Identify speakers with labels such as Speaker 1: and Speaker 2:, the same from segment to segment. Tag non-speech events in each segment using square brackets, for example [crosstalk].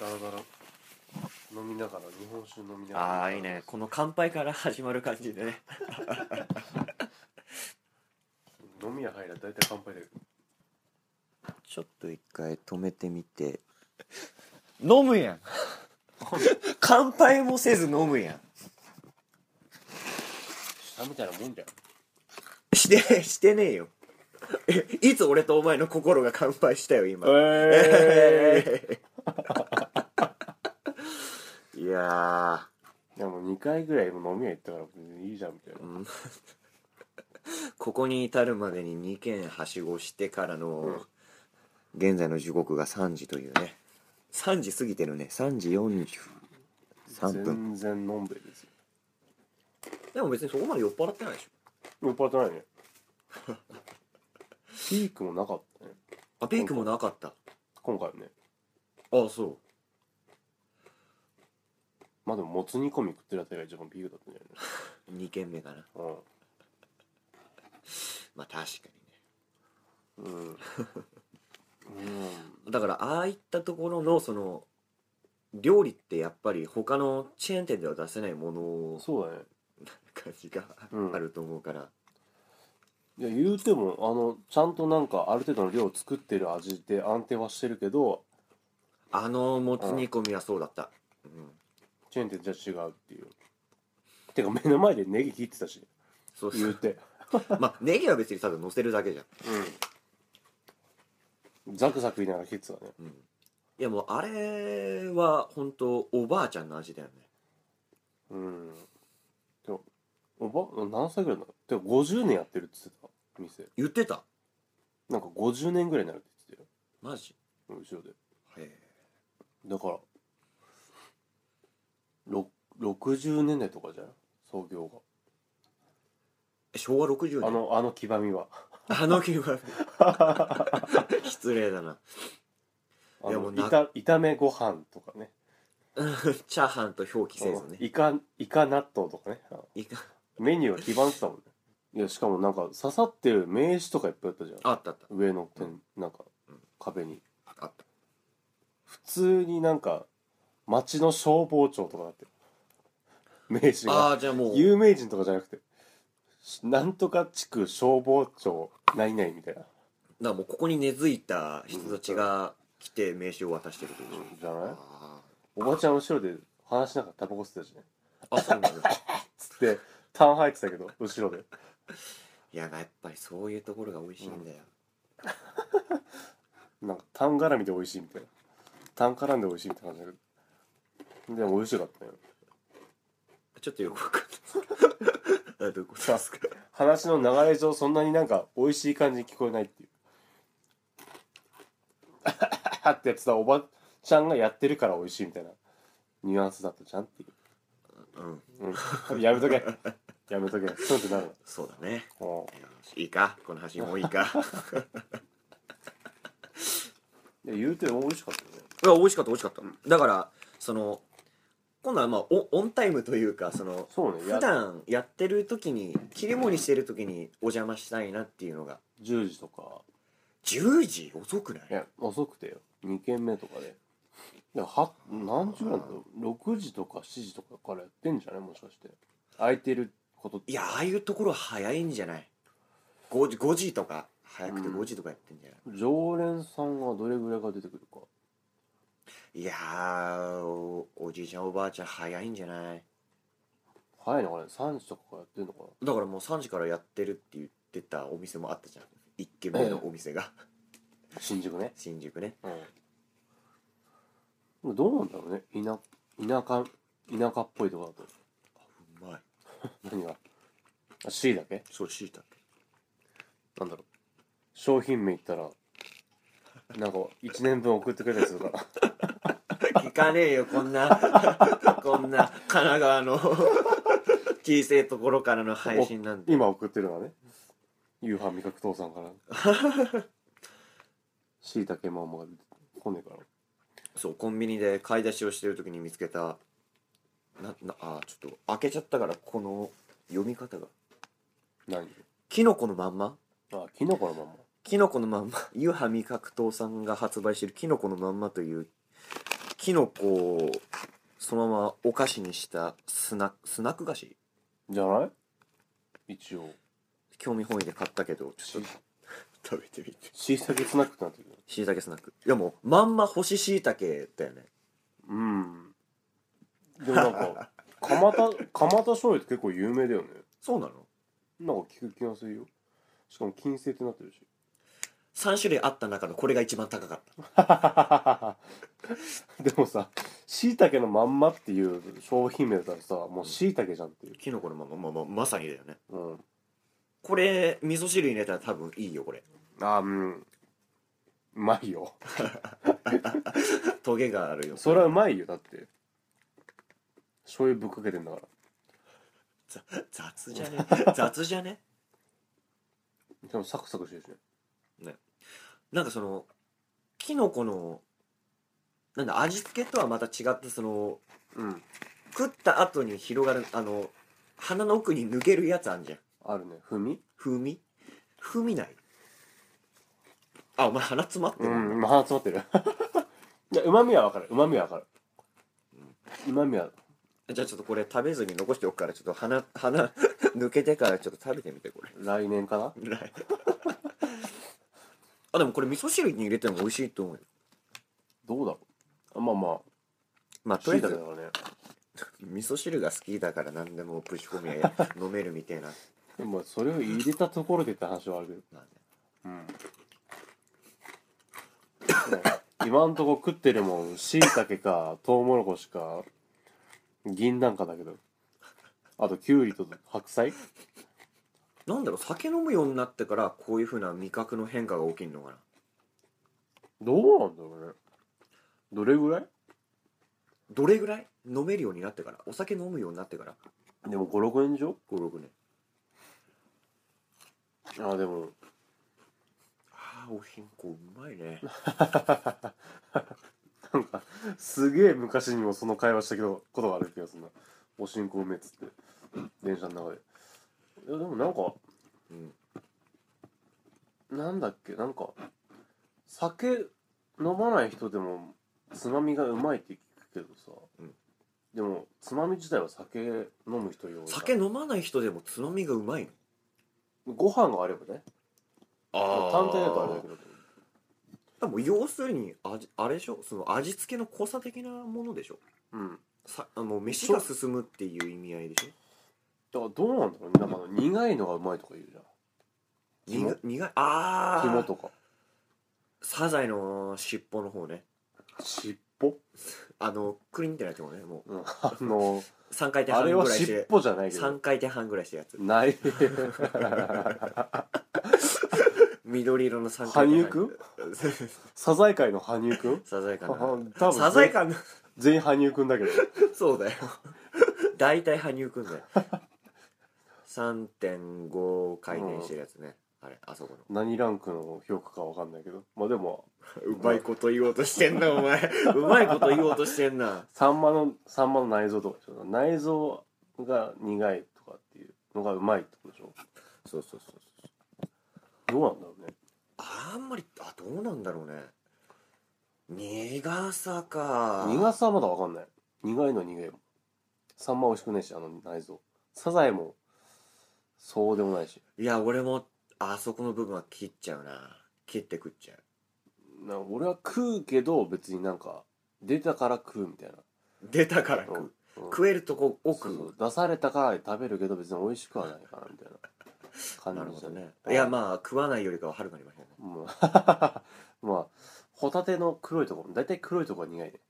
Speaker 1: ダラダラ飲みながら日本酒飲みながら
Speaker 2: ああいいねこの乾杯から始まる感じでね
Speaker 1: 飲み屋入ら大体乾杯で
Speaker 2: ちょっと一回止めてみて
Speaker 3: 飲むやん
Speaker 2: 乾杯もせず飲むやん
Speaker 1: 下みたいなもんじゃん
Speaker 2: してしてねえよえいつ俺とお前の心が乾杯したよ今
Speaker 3: え
Speaker 2: [laughs] いや
Speaker 1: [laughs] いやもう2回ぐらい今飲み屋行ったから別にいいじゃんみたいな、
Speaker 2: んーここに至るまでに2件はしごしてからの現在の時刻が3時というね3時過ぎてるね3時43分
Speaker 1: 全然飲んべえですよ
Speaker 2: でも別にそこまで酔っ払ってないでしょ
Speaker 1: 酔っ払ってないね [laughs] ピークもなかったね
Speaker 2: あピークもなかったあ
Speaker 1: 今回はね
Speaker 2: そう
Speaker 1: まあでももつ煮込み食ってるあたりが一番ピークだったんじゃ
Speaker 2: 2軒目かな
Speaker 1: ないの
Speaker 2: まあ確かに
Speaker 1: うん
Speaker 2: ね
Speaker 1: うんうん
Speaker 2: だからああいったところのその料理ってやっぱり他のチェーン店では出せないもの
Speaker 1: そうだね
Speaker 2: 感じが
Speaker 1: うん
Speaker 2: あると思うから、
Speaker 1: いや言うてもあのちゃんとなんかある程度の量を作ってる味で安定はしてるけど
Speaker 2: あのもつ煮込みはそうだった、うん、
Speaker 1: チェーン店じゃ違うっていうてか目の前でネギ切ってたし
Speaker 2: そうそ
Speaker 1: 言う
Speaker 2: う
Speaker 1: て
Speaker 2: まあネギは別にただ乗せるだけじゃん、
Speaker 1: うんザクザク言いながら切ってたね
Speaker 2: うん、いやもうあれは本当おばあちゃんの味だよね
Speaker 1: うんでもおば何歳ぐらいなのてか50年やってるって言ってた店
Speaker 2: 言ってた
Speaker 1: なんか50年ぐらいになるって言って
Speaker 2: マジ
Speaker 1: たよ後ろで
Speaker 2: へえ
Speaker 1: だからろ60年代とかじゃん創業が
Speaker 2: 昭和60年
Speaker 1: あのあの黄ばみは
Speaker 2: あの日は [laughs] 失礼だな
Speaker 1: あ
Speaker 2: [laughs] いや
Speaker 1: の
Speaker 2: もう
Speaker 1: い
Speaker 2: な
Speaker 1: た炒めご飯とかね
Speaker 2: チャーハンと表記せず
Speaker 1: うん
Speaker 2: ね
Speaker 1: イカイカ納豆とかねあ
Speaker 2: いか
Speaker 1: メニューは基盤ってたもんねいやしかもなんか刺さってる名刺とかいっぱいあったじゃん
Speaker 2: あったあった
Speaker 1: 上の点、なんか
Speaker 2: ん
Speaker 1: 壁に
Speaker 2: あった
Speaker 1: 普通になんか町の消防庁とかだって名刺
Speaker 2: あ
Speaker 1: が
Speaker 2: あじゃあもう
Speaker 1: 有名人とかじゃなくてなんとか地区消防庁何々みたいな
Speaker 2: だからもうここに根付いた人たちが来て名刺を渡してるってことでしょ
Speaker 1: じゃない
Speaker 2: あ
Speaker 1: おばちゃん後ろで話しながらタバコ吸ってたしね
Speaker 2: ーあそうなんだ
Speaker 1: つってターン入ってたけど後ろで
Speaker 2: いややっぱりそういうところが美味しいんだよ、
Speaker 1: なんかタン絡みで美味しいみたいなタン絡んで美味しいみたいな感じだけどでも美味しかったよ
Speaker 2: ちょっとよくわかんないあどういうことですか
Speaker 1: 話の流れ上そんなになんか美味しい感じに聞こえないっていう [laughs] ってやつだおばちゃんがやってるから美味しいみたいなニュアンスだったじゃんってい
Speaker 2: うん
Speaker 1: う、うん、やめとけやめとけそうってなる
Speaker 2: そうだね
Speaker 1: のも
Speaker 2: よしいいかこの話もういい [laughs] か
Speaker 1: ういや言うて美味しかったよね
Speaker 2: いや美味しかった美味しかった、だからその今度はまあオオンタイムというかその
Speaker 1: そうねや
Speaker 2: 普段やってる時に切り盛りしてる時にお邪魔したいなっていうのが
Speaker 1: 10時とか
Speaker 2: 10時遅くない
Speaker 1: いや遅くてよ2軒目とかでいやは何時ぐらいなんだろう6時とか7時とかからやってんじゃないもしかして空いてることって
Speaker 2: いやああいうところは早いんじゃない 5, 時5時とか早くて
Speaker 1: うん
Speaker 2: 5時とかやってんじゃない、
Speaker 1: 常連さんはどれぐらいが出てくるか
Speaker 2: いやーおおじいちゃんおばあちゃん早いんじゃない
Speaker 1: 早いのかね3時とかからやってんのかな
Speaker 2: だからもう3時からやってるって言ってたお店もあったじゃん一軒目のお店が
Speaker 1: 新宿ね
Speaker 2: 新宿ね
Speaker 1: うんどうなんだろうね田田舎田舎っぽいとこだ
Speaker 2: うまい
Speaker 1: と何があ C だけ
Speaker 2: そうしいた
Speaker 1: なんだろう商品名言ったらなんか1年分送ってくれたりするから [laughs]
Speaker 2: 聞かねえよこん [laughs] なこんな神奈川の [laughs] 小さいところからの配信なんで
Speaker 1: 今送ってるのはね夕飯味覚父さんから [laughs] しいたけママが出てこねえから
Speaker 2: そうコンビニで買い出しをしてる時に見つけたななあーちょっと開けちゃったからこの読み方が
Speaker 1: 何
Speaker 2: キノコのまんま
Speaker 1: あキノコのまんま
Speaker 2: キノコのまんま湯葉味覚糖さんが発売しているキノコのまんまというキノコをそのままお菓子にしたスナックスナック菓子
Speaker 1: じゃない一応
Speaker 2: 興味本位で買ったけどちょっ
Speaker 1: し
Speaker 2: と食べてみて
Speaker 1: しいたけスナックってなってくる
Speaker 2: しいたけスナックいやもうまんま干ししいたけだよね
Speaker 1: うんでもなんか蒲田蒲田醤油って結構有名だよね
Speaker 2: そうなの
Speaker 1: なんか聞く気がするよしかも金星ってなってるし [laughs]
Speaker 2: 3種類あった中のこれが一番高かった
Speaker 1: でもさしいたけのまんまっていう商品名だったらさもうしいたけじゃんっていう
Speaker 2: キノコのまんままあまあまさにだよね
Speaker 1: うん
Speaker 2: これ味噌汁入れたら多分いいよこれ
Speaker 1: あーうんうまいよ
Speaker 2: トゲがあるよ
Speaker 1: それはうまいよだって醤油ぶっかけてんだから
Speaker 2: ざ雑じゃね雑じゃね
Speaker 1: でもサクサクしてるしね
Speaker 2: なんかそのキノコのなんだ味付けとはまた違ったその
Speaker 1: うん
Speaker 2: 食った後に広がるあの鼻の奥に抜けるやつあんじゃん
Speaker 1: あるね風味
Speaker 2: 風味風味ないあお前鼻詰まって
Speaker 1: う
Speaker 2: る、
Speaker 1: ん今鼻詰まってるいやうまみはわかるうまみはわかるうまみは
Speaker 2: じゃあちょっとこれ食べずに残しておくからちょっと鼻鼻抜けてからちょっと食べてみてこれ [laughs]
Speaker 1: 来年かな
Speaker 2: ないあでもこれ味噌汁に入れても美味しいと思うよ
Speaker 1: どうだろうあまあま
Speaker 2: まあ
Speaker 1: あ
Speaker 2: とりあ
Speaker 1: 椎茸
Speaker 2: え
Speaker 1: だ
Speaker 2: ず
Speaker 1: からね
Speaker 2: 味噌汁が好きだから何でもぶち込み [laughs] や飲めるみたいな、
Speaker 1: でもそれを入れたところでって話はあるけど
Speaker 2: まあね
Speaker 1: うん、今んとこ食ってるもんしいたけかとうもろこしか銀杏かだけどあときゅうりと白菜
Speaker 2: なんだろう酒飲むようになってからこういうふうな味覚の変化が起きるのかな
Speaker 1: どうなんだろうねどれぐらい
Speaker 2: どれぐらい飲めるようになってからお酒飲むようになってから
Speaker 1: でも56年以上
Speaker 2: 56年
Speaker 1: あでも
Speaker 2: ああおひんこうまいね
Speaker 1: なんかすげえ昔にもその会話したけどことがある気がするなおしんこうめっつって電車の中でいやでもなんか
Speaker 2: うん
Speaker 1: なんだっけなんか酒飲まない人でもつまみがうまいって聞くけどさ、
Speaker 2: うん
Speaker 1: でもつまみ自体は酒飲む人用だ
Speaker 2: 酒飲まない人でもつまみがうまいの
Speaker 1: ご飯があればね単体だとあれだけど
Speaker 2: でも要するに味あれでしょその味付けの濃さ的なものでしょ
Speaker 1: うんだか
Speaker 2: さあの飯が進むっていう意味合いでしょ
Speaker 1: らどうなんだろうねなんかあの苦いのがうまいとか言うじゃ
Speaker 2: 苦
Speaker 1: 肝
Speaker 2: い苦いああ
Speaker 1: ん肝とか
Speaker 2: サザエの尻尾の方ね
Speaker 1: 尻尾
Speaker 2: あのクリンってなってもねも [laughs]
Speaker 1: うんあの
Speaker 2: う3回転
Speaker 1: あ
Speaker 2: 半
Speaker 1: れ
Speaker 2: ぐ
Speaker 1: は
Speaker 2: らいし
Speaker 1: 尻
Speaker 2: て
Speaker 1: 尾じゃないけど
Speaker 2: 3回転半ぐらいしたやつ
Speaker 1: ない
Speaker 2: [laughs] 緑色の3回
Speaker 1: 羽
Speaker 2: 転
Speaker 1: 生くんサザエ界の羽生くん
Speaker 2: サザエか
Speaker 1: 多
Speaker 2: な
Speaker 1: 分
Speaker 2: サザエかな
Speaker 1: 全員羽生くんだけど
Speaker 2: そうだよ大体羽生くんだよ3.5回転してるやつね、あれあそこ
Speaker 1: 何ランクの評価かわかんないけどまあでも
Speaker 2: のうまいこと言おうとしてんなお前うまいこと言おうとしてんな
Speaker 1: サンマのサンマの内臓とかでしょ内臓が苦いとかっていうのがうまいってことでしょ
Speaker 2: そうそうそうそう
Speaker 1: どうなんだろうね
Speaker 2: あんまりあどうなんだろうね苦さか
Speaker 1: 苦さはまだわかんない苦いのは苦いもんサンマ美味しくないしあの内臓サザエもそうでもないし
Speaker 2: いや俺もあそこの部分は切っちゃうな切って食っちゃう
Speaker 1: な俺は食うけど別になんか出たから食うみたいな
Speaker 2: 出たから食う、
Speaker 1: うん
Speaker 2: 食えるとこ奥
Speaker 1: そうそう出されたから食べるけど別に美味しくはないかなみ
Speaker 2: [laughs]
Speaker 1: たいな感じ
Speaker 2: なるほどね
Speaker 1: うん
Speaker 2: いやまあ食わないよりかははるかにましね
Speaker 1: もう [laughs] まあホタテの黒いところ大体黒いところが苦いね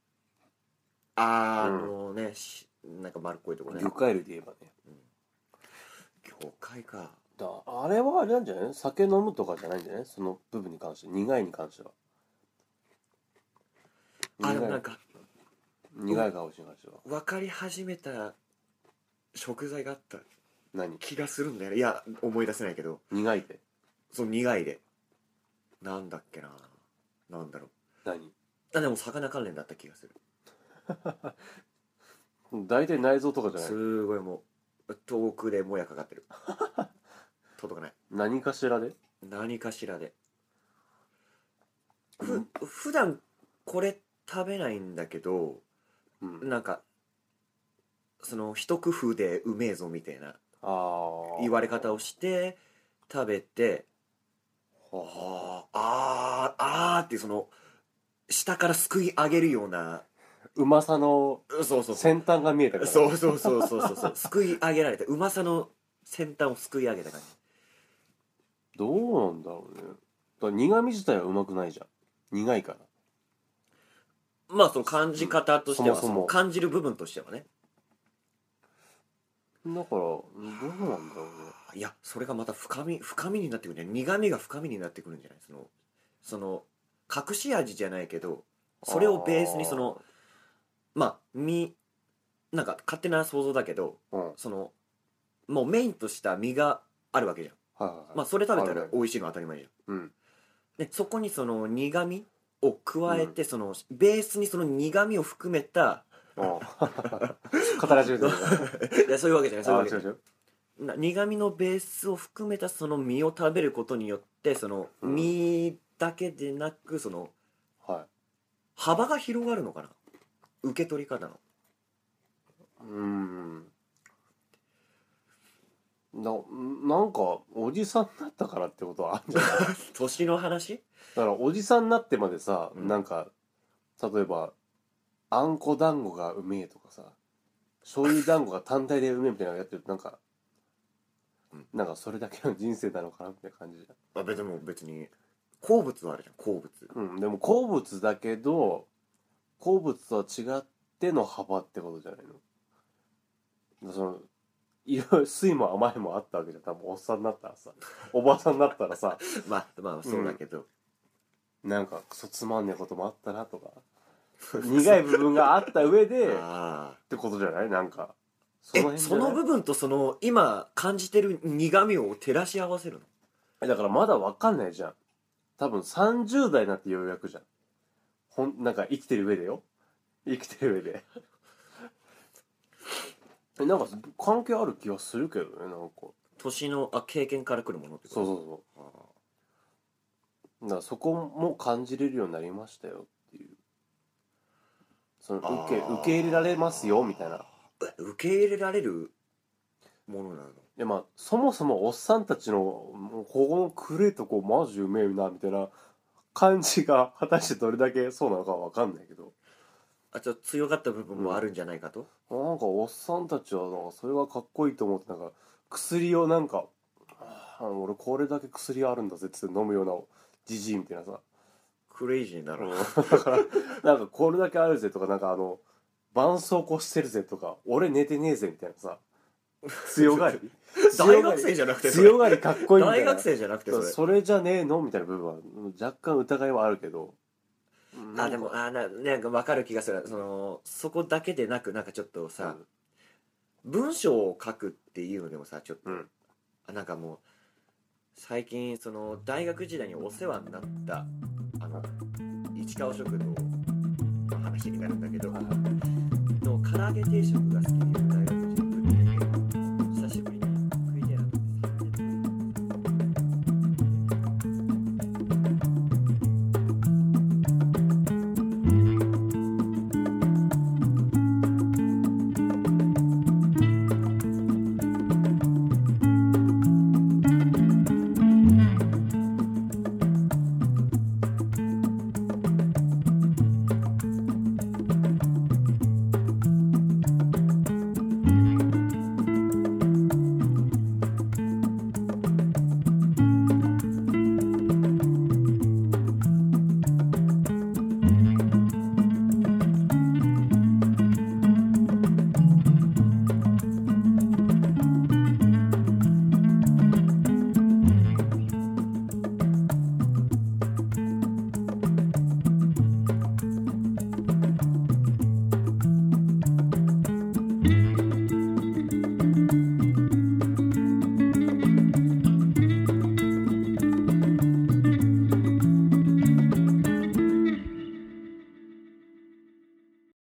Speaker 2: あー、
Speaker 1: うん
Speaker 2: あのねしなんか丸っこいとこね
Speaker 1: 魚介類で言えばね
Speaker 2: 魚介か
Speaker 1: だあれはあれなんじゃない酒飲むとかじゃないんじゃないその部分に関して苦いに関しては
Speaker 2: あ
Speaker 1: 苦
Speaker 2: でもなん
Speaker 1: い
Speaker 2: か
Speaker 1: 苦いかもしれないしは
Speaker 2: 分かり始めた食材があった
Speaker 1: 何
Speaker 2: 気がするんだよねいや思い出せないけど
Speaker 1: 苦いって
Speaker 2: その苦いでなんだっけななんだろ
Speaker 1: 何
Speaker 2: うあでも魚関連だった気がする
Speaker 1: 大体内臓とかじゃない
Speaker 2: すごいもう遠くでもやかかってる届かない
Speaker 1: 何かしらで
Speaker 2: 何かしらでふ普段これ食べないんだけど
Speaker 1: うん
Speaker 2: なんかその一工夫でうめえぞみたいな
Speaker 1: ああ
Speaker 2: 言われ方をして食べてあーあーあーってその下からすくい上げるような
Speaker 1: うまさの
Speaker 2: そうそうそう
Speaker 1: 先端が見えたから
Speaker 2: そうそうそうそうそうそうすくい上げられたうまさの先端をすくい上げた感じ
Speaker 1: どうなんだろうねだから苦味自体はうまくないじゃん苦いから
Speaker 2: まあその感じ方としては、
Speaker 1: うんそもそも
Speaker 2: その感じる部分としてはね
Speaker 1: だからどうなんだろうね
Speaker 2: いやそれがまた深み深みになってくるね苦みが深みになってくるんじゃないそのその隠し味じゃないけどそれをベースにそのまあ身なんか勝手な想像だけど
Speaker 1: うんはい
Speaker 2: そのもうメインとした身があるわけじゃん
Speaker 1: はいはい
Speaker 2: まあそれ食べた
Speaker 1: ある
Speaker 2: ら
Speaker 1: ね
Speaker 2: 美味しいのは当たり前じゃん
Speaker 1: うん
Speaker 2: でそこにその苦みを加えて、そのベースにその苦みを含
Speaker 1: [laughs]
Speaker 2: めた
Speaker 1: うん
Speaker 2: [laughs]
Speaker 1: 語らしめ [laughs] てるから
Speaker 2: いやそういうわけじゃない
Speaker 1: あ
Speaker 2: そういう
Speaker 1: ー
Speaker 2: わけじ
Speaker 1: 違
Speaker 2: ゃ
Speaker 1: う
Speaker 2: な
Speaker 1: 違う
Speaker 2: いな苦みのベースを含めたその身を食べることによってその
Speaker 1: うん
Speaker 2: 身だけでなくその
Speaker 1: はい
Speaker 2: 幅が広がるのかな受け取り方の
Speaker 1: うーんななんかおじさんになったからってことはあるんじゃないだ
Speaker 2: 年の話
Speaker 1: からおじさんになってまでさ、
Speaker 2: うん
Speaker 1: なんか例えばあんこ団子がうめえとかさ醤油団子が単体でうめえみたいなのやってるとなんか、
Speaker 2: うん
Speaker 1: なんかそれだけの人生なのかなみたいな感じじ
Speaker 2: あ別にもう別に好物はあるじゃん好物
Speaker 1: ゃん、うん、でも好物だけど好物とは違っての幅ってことじゃないのそのいろいろ酸いも甘いもあったわけじゃん多分おっさんになったらさおばさんになったらさ
Speaker 2: [laughs] まあまあそうだけど、
Speaker 1: なんかクソつまんねえこともあったなとか苦い部分があった上でっ
Speaker 2: [laughs] ああ
Speaker 1: てことじゃないなんかそ
Speaker 2: えその部
Speaker 1: 分
Speaker 2: 分とその今感じてる苦みを照らし合わせるの
Speaker 1: だからまだわかんないじゃん多分30代になってようやくじゃんほんなんか生きてる上でよ生きてる上でえなんか関係ある気はするけどねなんか
Speaker 2: 年のあ経験からくるものってこ
Speaker 1: そう
Speaker 2: と
Speaker 1: そう
Speaker 2: う
Speaker 1: そう
Speaker 2: そう
Speaker 1: だからそこも感じれるようになりましたよっていうその受け
Speaker 2: あー
Speaker 1: 受け入れられますよみたいな
Speaker 2: 受け入れられるものなの
Speaker 1: いやまあそもそもおっさんたちのもうここの黒いとこマジうめえなみたいな感じが果たしてどれだけそうなのかわかんないけど
Speaker 2: あちょっと強かった部分もあるんじゃないかと、
Speaker 1: なんかおっさんたちはなんかそれがかっこいいと思ってなんか薬をなんか「あー俺これだけ薬あるんだぜ」っつって飲むようなじじいみたいなさ
Speaker 2: クレイジーな
Speaker 1: う
Speaker 2: の、
Speaker 1: んだからなんかこれだけあるぜとかなんかあの絆創膏してるぜとか俺寝てねえぜみたいなさ強がり
Speaker 2: [laughs] 大学生じゃなくてそれ
Speaker 1: 強がりかっこいいみたい
Speaker 2: 大
Speaker 1: な
Speaker 2: 学生じゃなくてそれ
Speaker 1: それじゃねえのみたいな部分はうん若干疑いはあるけど
Speaker 2: あでもあななんか分かる気がするそのそこだけでなくなんかちょっとさ、文章を書くっていうのでもさちょっと、
Speaker 1: うん
Speaker 2: あなんかもう最近その大学時代にお世話になったあの市川食堂の話になるんだけどの唐揚げ定食が好きで大学